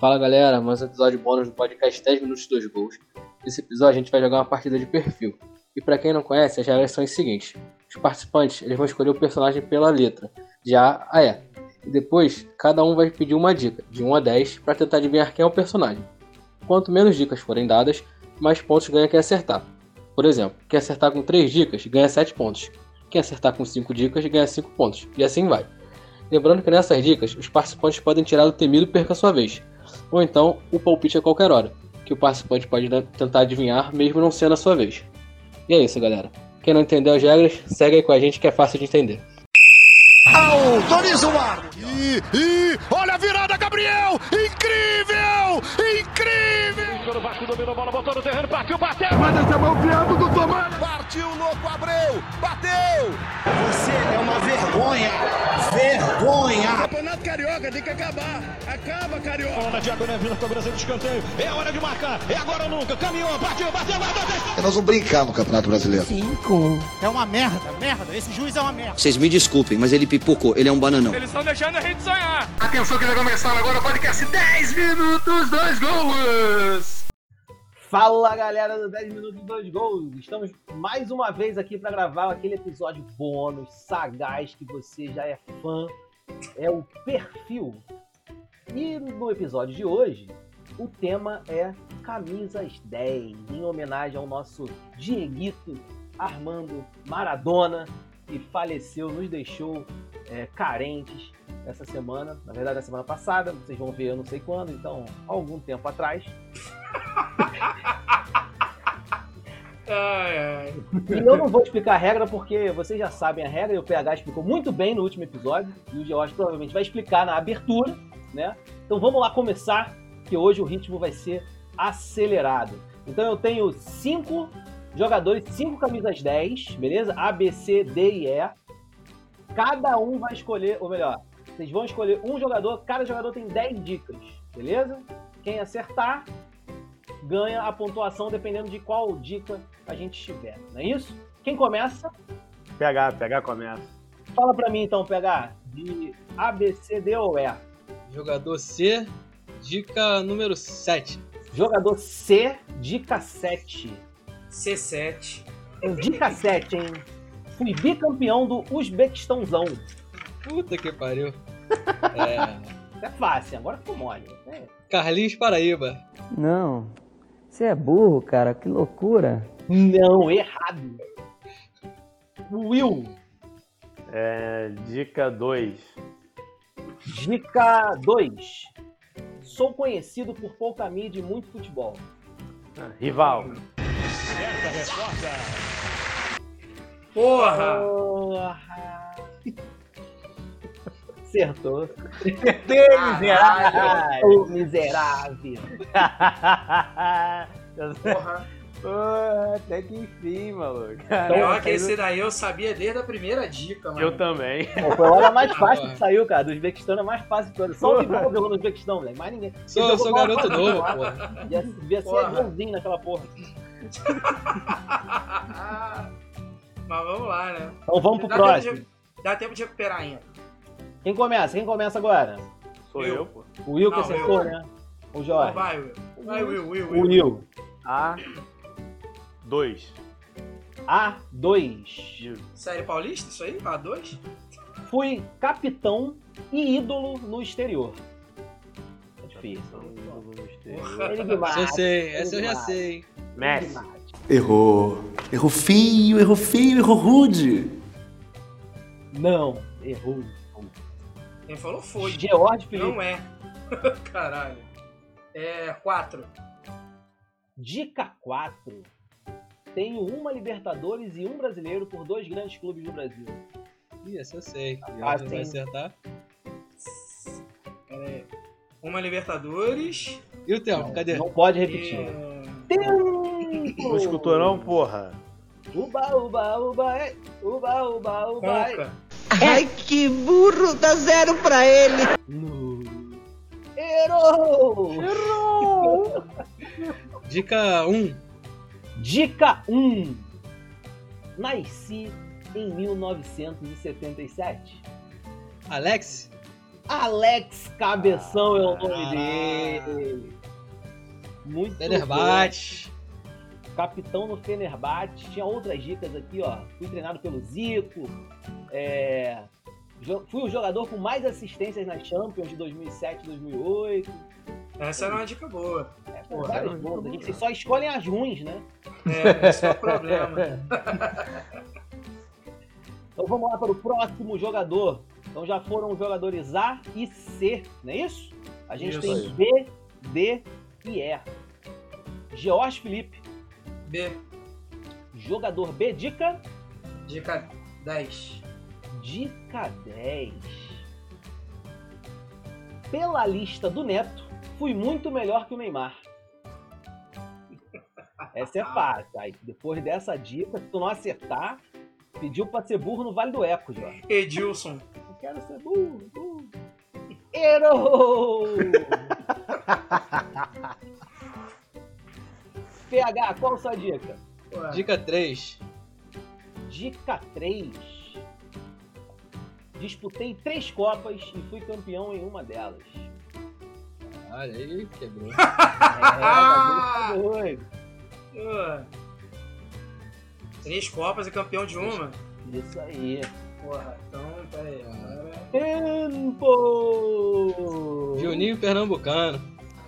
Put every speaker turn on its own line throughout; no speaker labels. Fala galera, mais um episódio bônus do podcast 10 minutos 2 gols. Nesse episódio a gente vai jogar uma partida de perfil. E pra quem não conhece, as regras são as seguintes. Os participantes eles vão escolher o personagem pela letra, de A a E. E depois, cada um vai pedir uma dica, de 1 a 10, pra tentar adivinhar quem é o personagem. Quanto menos dicas forem dadas, mais pontos ganha quem acertar. Por exemplo, quem acertar com 3 dicas ganha 7 pontos. Quem acertar com 5 dicas ganha 5 pontos. E assim vai. Lembrando que nessas dicas, os participantes podem tirar o temido perca a sua vez ou então o palpite a qualquer hora, que o participante pode da- tentar adivinhar mesmo não sendo a sua vez. E é isso, galera. Quem não entendeu as regras, segue aí com a gente que é fácil de entender.
Autoriza o árbitro.
E, e olha a virada, Gabriel! Incrível! Incrível!
Pelo Vasco dominou a bola, botou no terreno, partiu, bateu!
Partiu louco, Abreu! Bateu!
Você é uma vergonha. Vergonha.
Campeonato Carioca tem que acabar! Acaba, Carioca!
Bola na diagonal, Vila cobrança de escanteio. É hora de marcar, é agora ou nunca. Caminhou, partiu, bateu, bateu, bateu!
Nós vamos brincar no Campeonato Brasileiro.
É uma merda, merda. Esse juiz é uma merda.
Vocês me desculpem, mas ele pipocou, ele é um bananão.
Fala galera do 10 Minutos 2 Gols! Estamos mais uma vez aqui para gravar aquele episódio bônus, sagaz, que você já é fã, é o perfil. E no episódio de hoje, o tema é Camisas 10, em homenagem ao nosso Dieguito Armando Maradona, que faleceu, nos deixou é, carentes essa semana, na verdade na semana passada, vocês vão ver eu não sei quando, então algum tempo atrás. E eu não vou explicar a regra, porque vocês já sabem a regra, e o PH explicou muito bem no último episódio, e o George provavelmente vai explicar na abertura, né? Então vamos lá começar, que hoje o ritmo vai ser acelerado. Então eu tenho cinco jogadores, cinco camisas 10, beleza? A, B, C, D e E. Cada um vai escolher, ou melhor, vocês vão escolher um jogador, cada jogador tem 10 dicas, beleza? Quem acertar ganha a pontuação dependendo de qual dica a gente estiver, não é isso? Quem começa?
PH, PH começa.
Fala pra mim então, PH, de A, B, C, D ou E?
Jogador C, dica número 7.
Jogador C, dica 7.
C7.
Em dica 7, hein? Fui bicampeão do Uzbequistãozão.
Puta que pariu. É,
Isso é fácil, agora ficou mole. É.
Carlinhos Paraíba.
Não. Você é burro, cara. Que loucura.
Não, errado. Will,
É, dica 2.
dica 2. Sou conhecido por pouca mídia e muito futebol.
Rival.
Porra! Acertou.
É.
Ai, o miserável.
Porra. Ah, até que enfim, maluco.
Então,
daí eu sabia desde a primeira dica,
Eu também.
pô, foi a hora mais fácil que
Porra.
saiu, cara. Do Uzbequistão é mais fácil que o Só o Rival jogou no Uzbequistão, velho. Mais ninguém.
Sou, sou garoto novo, porra.
né? Devia, devia ser
Porra.
igualzinho naquela porra.
Mas vamos lá, né?
Então vamos pro próximo.
Dá tempo de recuperar ainda.
Quem começa? Quem começa agora?
Sou
Eu.
eu, pô.
O Will que
Não,
acertou, né? O Jorge.
Vai, Will. Vai, Will, Will,
O Will.
A. 2.
A2.
Série Paulista, isso aí? A2?
Fui capitão e ídolo no exterior. É difícil. Enigmático,
eu sei, essa eu já
enigmático,
sei. hein?
Messi.
enigmático.
Errou. Errou feio, errou feio, errou rude.
Não, errou.
Quem falou foi.
George Felipe.
Não é. Caralho. É 4.
Dica 4. Tenho uma Libertadores e um brasileiro por dois grandes clubes do Brasil.
Isso, eu sei.
Ah, sim.
vai acertar. Pera aí. Uma Libertadores. E o Theo? Cadê?
Não pode repetir.
É.
Tempo!
Não escutou não, porra?
Uba, uba, uba, é. Uba, uba, uba. é. No. Errou!
Dica 1.
Dica 1. Nasci em 1977.
Alex?
Alex Cabeção é o nome dele. Muito bom.
Fenerbahçe.
Capitão no Fenerbahçe. Tinha outras dicas aqui, ó. Fui treinado pelo Zico. é, jo- Fui o jogador com mais assistências nas Champions de 2007 e 2008.
Essa era uma dica boa.
É, pô,
Porra,
várias
não,
boas. A gente vocês só escolhem as ruins, né?
É, esse é o problema.
Então vamos lá para o próximo jogador. Então já foram os jogadores A e C, não é isso? A gente
Isso
tem
aí.
B, D e E. George Felipe,
B,
jogador B, dica,
dica 10.
dica 10. Pela lista do Neto, fui muito melhor que o Neymar. Essa é fácil. Aí, depois dessa dica, se tu não acertar, pediu pra ser burro no Vale do Eco, Jorge.
Edilson.
Eu quero ser burro, burro. Errou! PH, qual a sua dica?
Pô,
Dica 3.
Dica 3. Disputei três Copas e fui campeão em uma delas.
Olha aí, quebrou.
É, o bagulho tá doido.
pô. Três Copas e campeão de uma.
Isso aí.
Porra, então, peraí. Agora...
Tempo!
Juninho Pernambucano.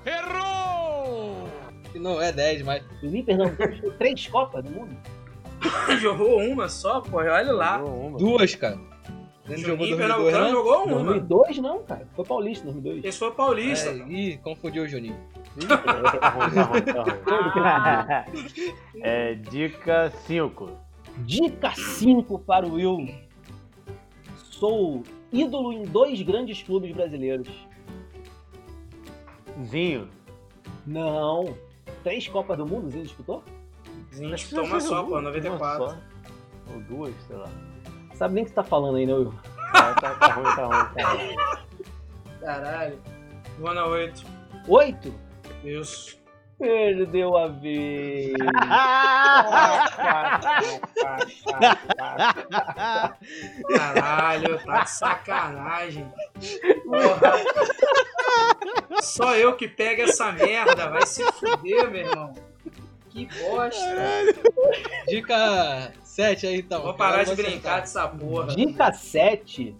Errou!
Que não é 10, mas.
Juninho Pernambuco disputou três Copas do Mundo?
Jogou uma só, pô, olha lá.
Duas, cara. Ele jogou
Juninho
2002,
né?
Pernambucano
não?
jogou uma.
2002 não, cara. Foi paulista em 2002.
Esse foi paulista.
É, Ih, confundiu o Juninho.
Tá ruim, tá ruim, tá ruim.
Ah.
É dica 5.
Dica 5 para o Will. Sou ídolo em dois grandes clubes brasileiros.
Zinho.
Não. Três Copas do Mundo, Zinho disputou?
Zinho disputou uma só, pô, 94.
Uma só. Ou duas, sei lá.
Sabe nem o que você tá falando aí, né, Will?
Tá, tá- tá ruim, tá ruim, tá ruim.
Caralho. Vou na 8.
Oito?
Isso.
Perdeu a vez.
Caralho, tá de sacanagem. Porra. Só eu que pego essa merda, vai se fuder, meu irmão. Que bosta.
Dica 7 aí, então.
Vou parar de
Agora eu vou acertar.
brincar dessa porra.
Uhum.
Dica 7.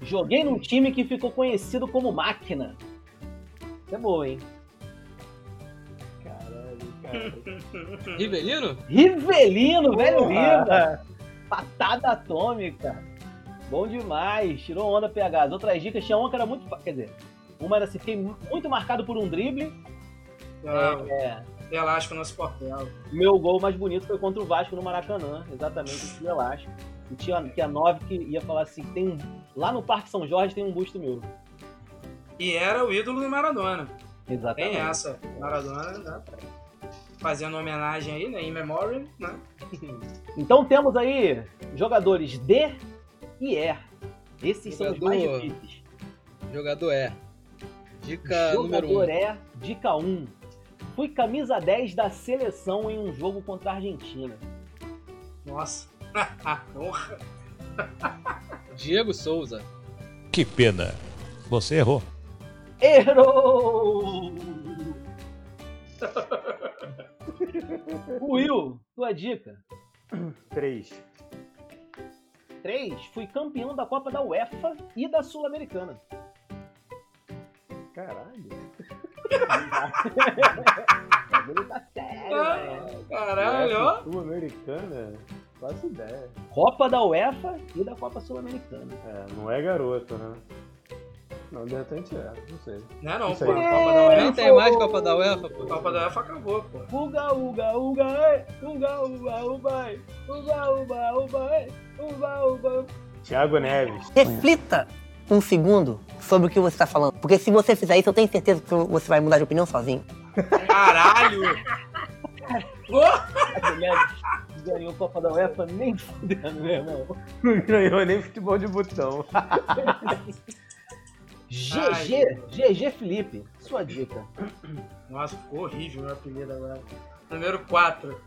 Joguei num time que ficou conhecido como Máquina. Isso é boa, hein?
Rivelino?
Rivelino, velho
Porra.
Riva! Patada atômica! Bom demais! Tirou onda, PH. As outras dicas tinha uma que era muito. fa- Quer dizer, uma era assim, fiquei muito marcado por um drible.
Ah,
É,
relaxa com o nosso papel.
meu gol mais bonito foi contra o Vasco no Maracanã, exatamente, esse elástico. E tinha que a 9 que ia falar assim: tem um. Lá no Parque São Jorge tem um busto meu.
E era o ídolo do Maradona. Tem
Exatamente.
essa. Maradona, né? Fazendo homenagem aí, né? Em memoriam, né?
Então temos aí jogadores D e E. Esses são os mais
Jogador-
difíceis.
Jogador é. Dica número 1.
Jogador é, dica 1. Fui camisa 10 da seleção em um jogo contra a Argentina.
Nossa. Porra.
Diego Souza.
Que pena. Você errou.
Errou! Will, tua dica.
3.
3. Fui campeão da Copa da UEFA e da Sul-Americana.
Caralho.
O bagulho tá sério, velho.
Caralho, ó.
É, Sul-americana? Faço ideia.
Copa da UEFA e da Copa Sul-Americana.
É, não é garoto, né? Não, de repente é, não sei.
Não é não,
Isso
pô. A
aí.
Copa da
É,
Nem
então.
UEFA.
tem mais Copa da UEFA,
A
pô.
Copa da UEFA acabou, pô.
Uga, uga, uga, ei. uga, uga, uba, ei. uga, uba, uba, ei. uba, uba.
Thiago Neves.
Reflita um segundo sobre o que você está falando. Porque se você fizer isso, eu tenho certeza que você vai mudar de opinião sozinho.
Caralho! Pô,
A mulher ganhou a Copa da UEFA nem fudendo, meu irmão.
Não ganhou nem futebol de botão.
GG, GG Felipe, sua dica.
Nossa, ficou horrível meu apelido agora. Número 4.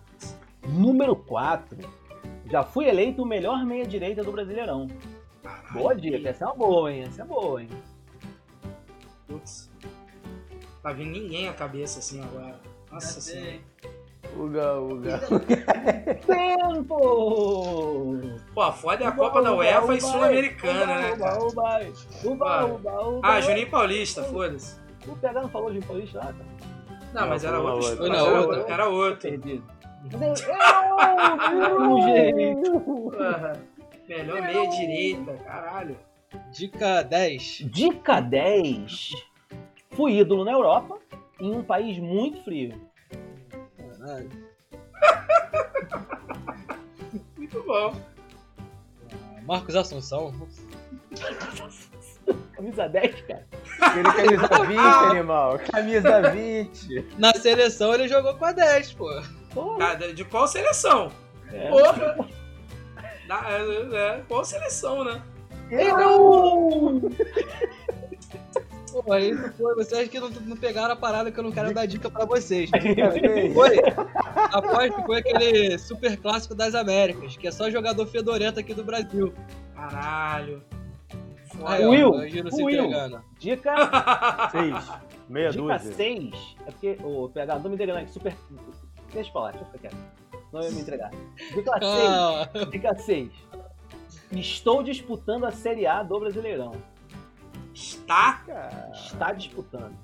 Número 4. Já fui eleito o melhor meia-direita do Brasileirão. Boa dica, essa é uma boa, hein? Essa é boa, hein?
Putz. Tá vindo ninguém a cabeça assim agora. Nossa senhora.
Uga, uga.
Tempo!
Pô, foda é a Copa da UEFA e Sul-Americana, né,
Uba,
cara?
uba, uba, uba, uba.
Ah, Juninho Paulista, foda-se.
O PH não falou de Paulista lá, tá?
Não, mas era
Não,
outro. mas
não,
não,
era
outra.
outro. Era outro.
Não, gente.
Porra. Melhor meia-direita, caralho.
Dica 10.
Dica 10. Fui ídolo na Europa, em um país muito frio.
Caralho.
Muito bom.
Marcos Assunção.
Camisa 10, cara.
Aquele camisa 20, animal. Camisa 20.
Na seleção ele jogou com a 10, pô.
Pô,
Ah, de de qual seleção?
é.
Porra! Da- é, é, qual seleção, né?
Porra, isso foi. Vocês que não, não pegaram a parada que eu não quero dar dica pra vocês.
Parabéns.
Foi. Aposto que foi aquele super clássico das Américas, que é só jogador fedorento aqui do Brasil.
Caralho.
Aí, ó,
Will,
o Giro se
Will.
entregando.
Dica,
Seis. Meia
dica
dúzia.
6. É porque, ô, PH, não me entregando aqui, super. Deixa eu falar, deixa eu ficar quieto. Não ia me entregar. Dica 6.
Ah,
Dica 6. Estou disputando a Série A do Brasileirão.
Está?
Está disputando.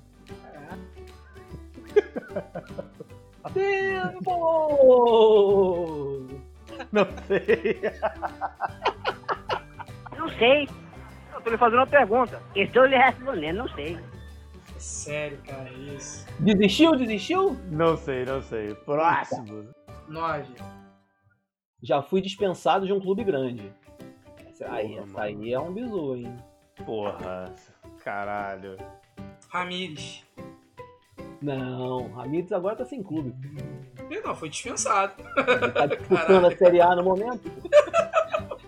Tempo!
Não sei.
Não sei. Eu tô lhe fazendo uma pergunta. Estou lhe respondendo, não sei.
Sério, cara, isso.
Desistiu, desistiu?
Não sei, não sei. Próximo.
Nove.
Já fui dispensado de um clube grande. Essa- Aí,
Porra,
essa
mano.
aí é um bizu, hein?
Porra. Caralho.
Ramires.
Não, Ramires agora tá sem clube.
Não, foi dispensado.
Tá disputando a Série A no momento.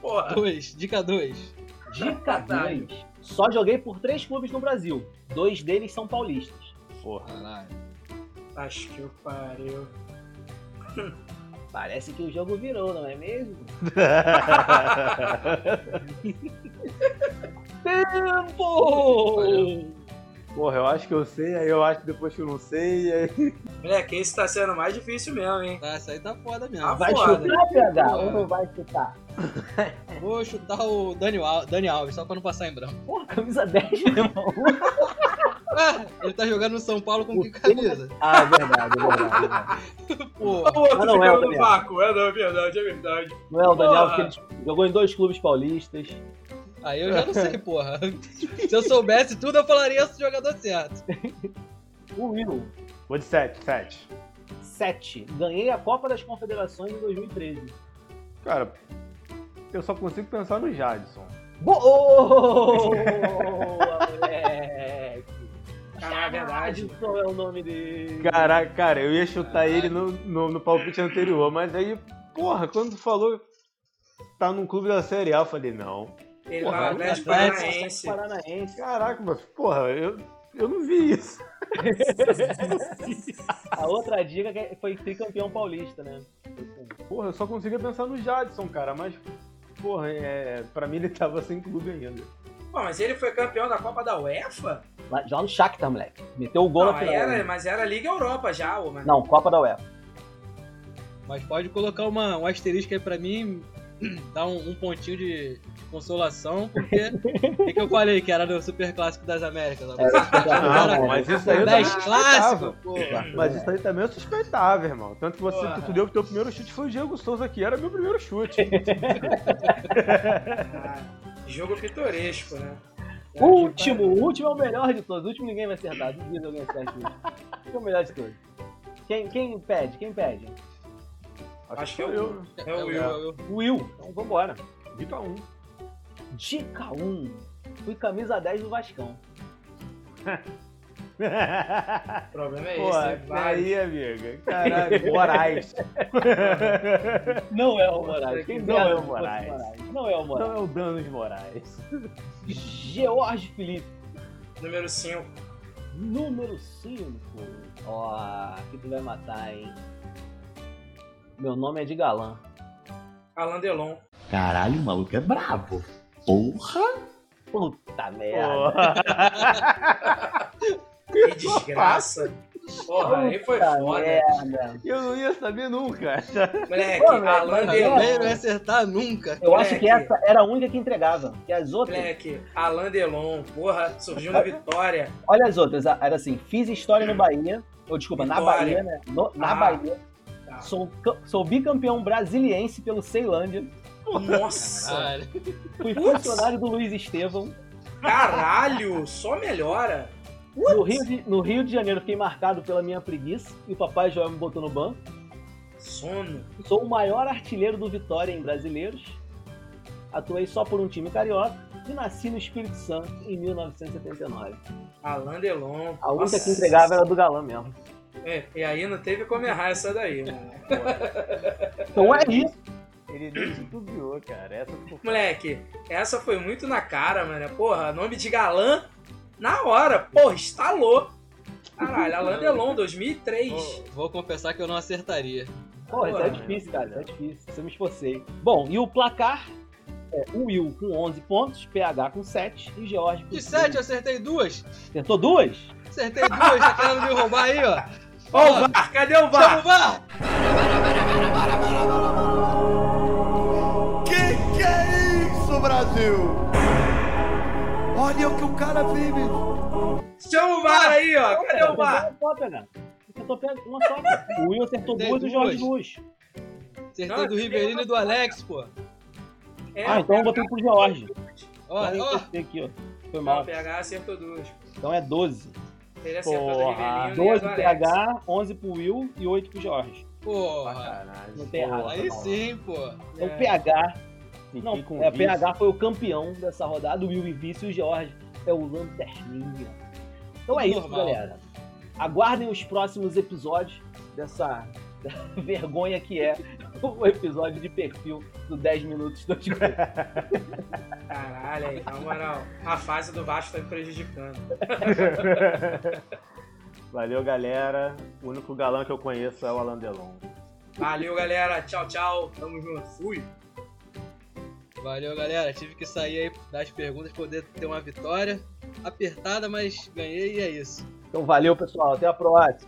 Porra.
dois, dica 2.
Dica 10. Só joguei por três clubes no Brasil. Dois deles são paulistas.
Porra.
Caralho.
Acho que eu pariu.
Parece que o jogo virou, não é mesmo? Tempo!
Porra, eu acho que eu sei, aí eu acho que depois que eu não sei, aí.
Moleque, esse tá sendo mais difícil mesmo, hein?
Tá, essa aí tá foda mesmo.
Ah,
Vai
Foda.
chutar, PH? Ou não vai chutar?
Vou chutar o Dani, Al- Dani Alves, só pra não passar em branco.
Porra, camisa 10, meu irmão.
Ah, ele tá jogando no São Paulo com que camisa?
Ah, é verdade, é verdade.
Pô,
O outro
Ah, não, é o
ficou no
Daniel.
vácuo. É, não, é verdade, é verdade.
Não é o Daniel,
Porra.
porque ele jogou em dois clubes paulistas.
aí eu já não sei, porra. Se eu soubesse tudo, eu falaria esse jogador certo.
O Will,
Vou de 7, 7.
7. Ganhei a Copa das Confederações em 2013.
Cara, eu só consigo pensar no Jadson.
Boa, moleque!
Caralho, é verdade.
Qual é o nome dele?
Caraca, cara, eu ia chutar ele no, no, no palpite anterior, mas aí, porra, quando tu falou tá num clube da Série A, eu falei, não.
Ele
Porra,
tá no Atlético
Atlético,
Paranaense.
Paranaense.
Caraca, mas, porra, eu, eu não vi isso.
A outra dica é que foi tricampeão paulista, né?
Porra, eu só conseguia pensar no Jadson, cara, mas, porra, é, pra mim ele tava sem clube ainda.
Pô, mas ele foi campeão da Copa da UEFA?
Lá- Já no Shakhtar, moleque. Meteu o gol
Não,
na
aí
final. né?
era, mas era Liga Europa já, ô, mano.
Não, Copa da UEFA.
Mas pode colocar uma, um asterisco aí pra mim, dar um, um pontinho de, de consolação, porque o que, que eu falei que era do Super Clássico das Américas? Agora vocês
Ah,
cara,
mas isso aí eu também
10
suspeitava.
clássico, pô.
Mas isso aí também eu suspeitava, irmão. Tanto que você,
Porra.
tu deu que teu primeiro chute foi o Diego Souza, que era meu primeiro chute.
Ah, jogo pitoresco, né?
Último, o último é o melhor de todos. O último ninguém vai acertar. Duvido alguém acertar o último. Esse é o melhor de todos. Quem, quem pede? Quem pede?
Acho que é o-
eu. né?
É o Will.
Will. Então vambora.
Dica 1.
Dica 1. Fui camisa 10 do Vascão.
O problema é
Pô,
esse, né? Vai.
aí, amiga. Caralho, Moraes.
Não é o Moraes. Quem
Não
dera
é o
que fosse
Moraes.
Não é o Moraes.
Não é o Danos Moraes.
George Felipe,
Número 5.
número 5. Ó, aqui tu vai matar, hein? Meu nome é de galã.
Alan Delon.
Caralho, o maluco é brabo. Porra!
Puta Tá merda.
Porra.
Que desgraça. Porra, aí foi
Puta
foda.
merda. Eu não ia saber nunca.
Moleque,
Pô, é
a
velho,
Landerlon.
não ia
acertar nunca.
Eu acho que essa era a única que entregava. Que as outras.
Moleque, Alain Delon, porra, surgiu na vitória.
Olha as outras. a- Era assim: fiz história no Bahia. Ou desculpa, na
Vitória.
Bahia, né? No- na
Ah, tá.
Bahia. Sou, ca- sou bicampeão brasiliense pelo Ceilândia.
Nossa! Caralho.
Fui funcionário do Luiz Estevão.
Caralho, só melhora.
No Rio, de, no Rio de Janeiro fiquei marcado pela minha preguiça e o Papai Joel me botou no banco.
Sono.
Sou o maior artilheiro do Vitória em brasileiros. Atuei só por um time carioca e nasci no Espírito Santo em 1979.
Alain Delon.
A única
Nossa.
que entregava era do galã mesmo.
É, e aí não teve como errar essa daí, mano.
Então é isso.
Ele nem titubeou, cara. Essa ficou
Moleque, essa foi muito na cara, mano. Porra, nome de galã na hora. Porra, estalou. Caralho, é Alain Delon, 2003.
Vou confessar que eu não acertaria.
Porra, isso é difícil, cara. Isso é difícil. Isso eu me esforcei. Bom, e o placar? É, o Will com 11 pontos, PH com 7 e o George com
De sete, eu acertei duas.
Acertou duas?
Acertei duas, tá querendo me roubar aí, ó.
Ó, o VAR, Ah, cadê o VAR?
Chama o VAR!
Que que é isso, Brasil? Olha o que o cara fez, bicho.
Chama o VAR aí, ó.
Então,
Cadê o VAR?
Acertou uma só. O Will acertou
Tem
duas e o Jorge
duas.
duas.
Acertei do Riverino e do Alex, pô.
É,
Ah, então eu botei pro George.
Ó,
Então eu
ó.
encostei aqui, ó. Foi
Não,
mal.
o PH acertou duas.
Então é 12.
Ele acertou do
Porra,
Rivelino e a
12
do
pro
Alex.
PH, 11 pro Will e 8 pro Jorge.
Porra.
Não tem errado.
Aí
Não.
sim, pô.
Então o PH. Não,
É. com
é, o
vice.
PH foi o campeão dessa rodada, o Will e Vício e o Jorge é o Lanterninha. Então é isso,
Normal.
galera. Aguardem os próximos episódios dessa da vergonha que é o episódio de perfil do 10 Minutos do
Caralho, aí, na moral. A fase do Vasco tá me prejudicando.
Valeu, galera. O único galã que eu conheço é o Alan Delon.
Valeu, galera. Tchau, tchau. Tamo junto. Fui.
Valeu, galera. Tive que sair aí das perguntas pra poder ter uma vitória. Apertada, mas ganhei e é isso.
Então valeu, pessoal. Até a próxima.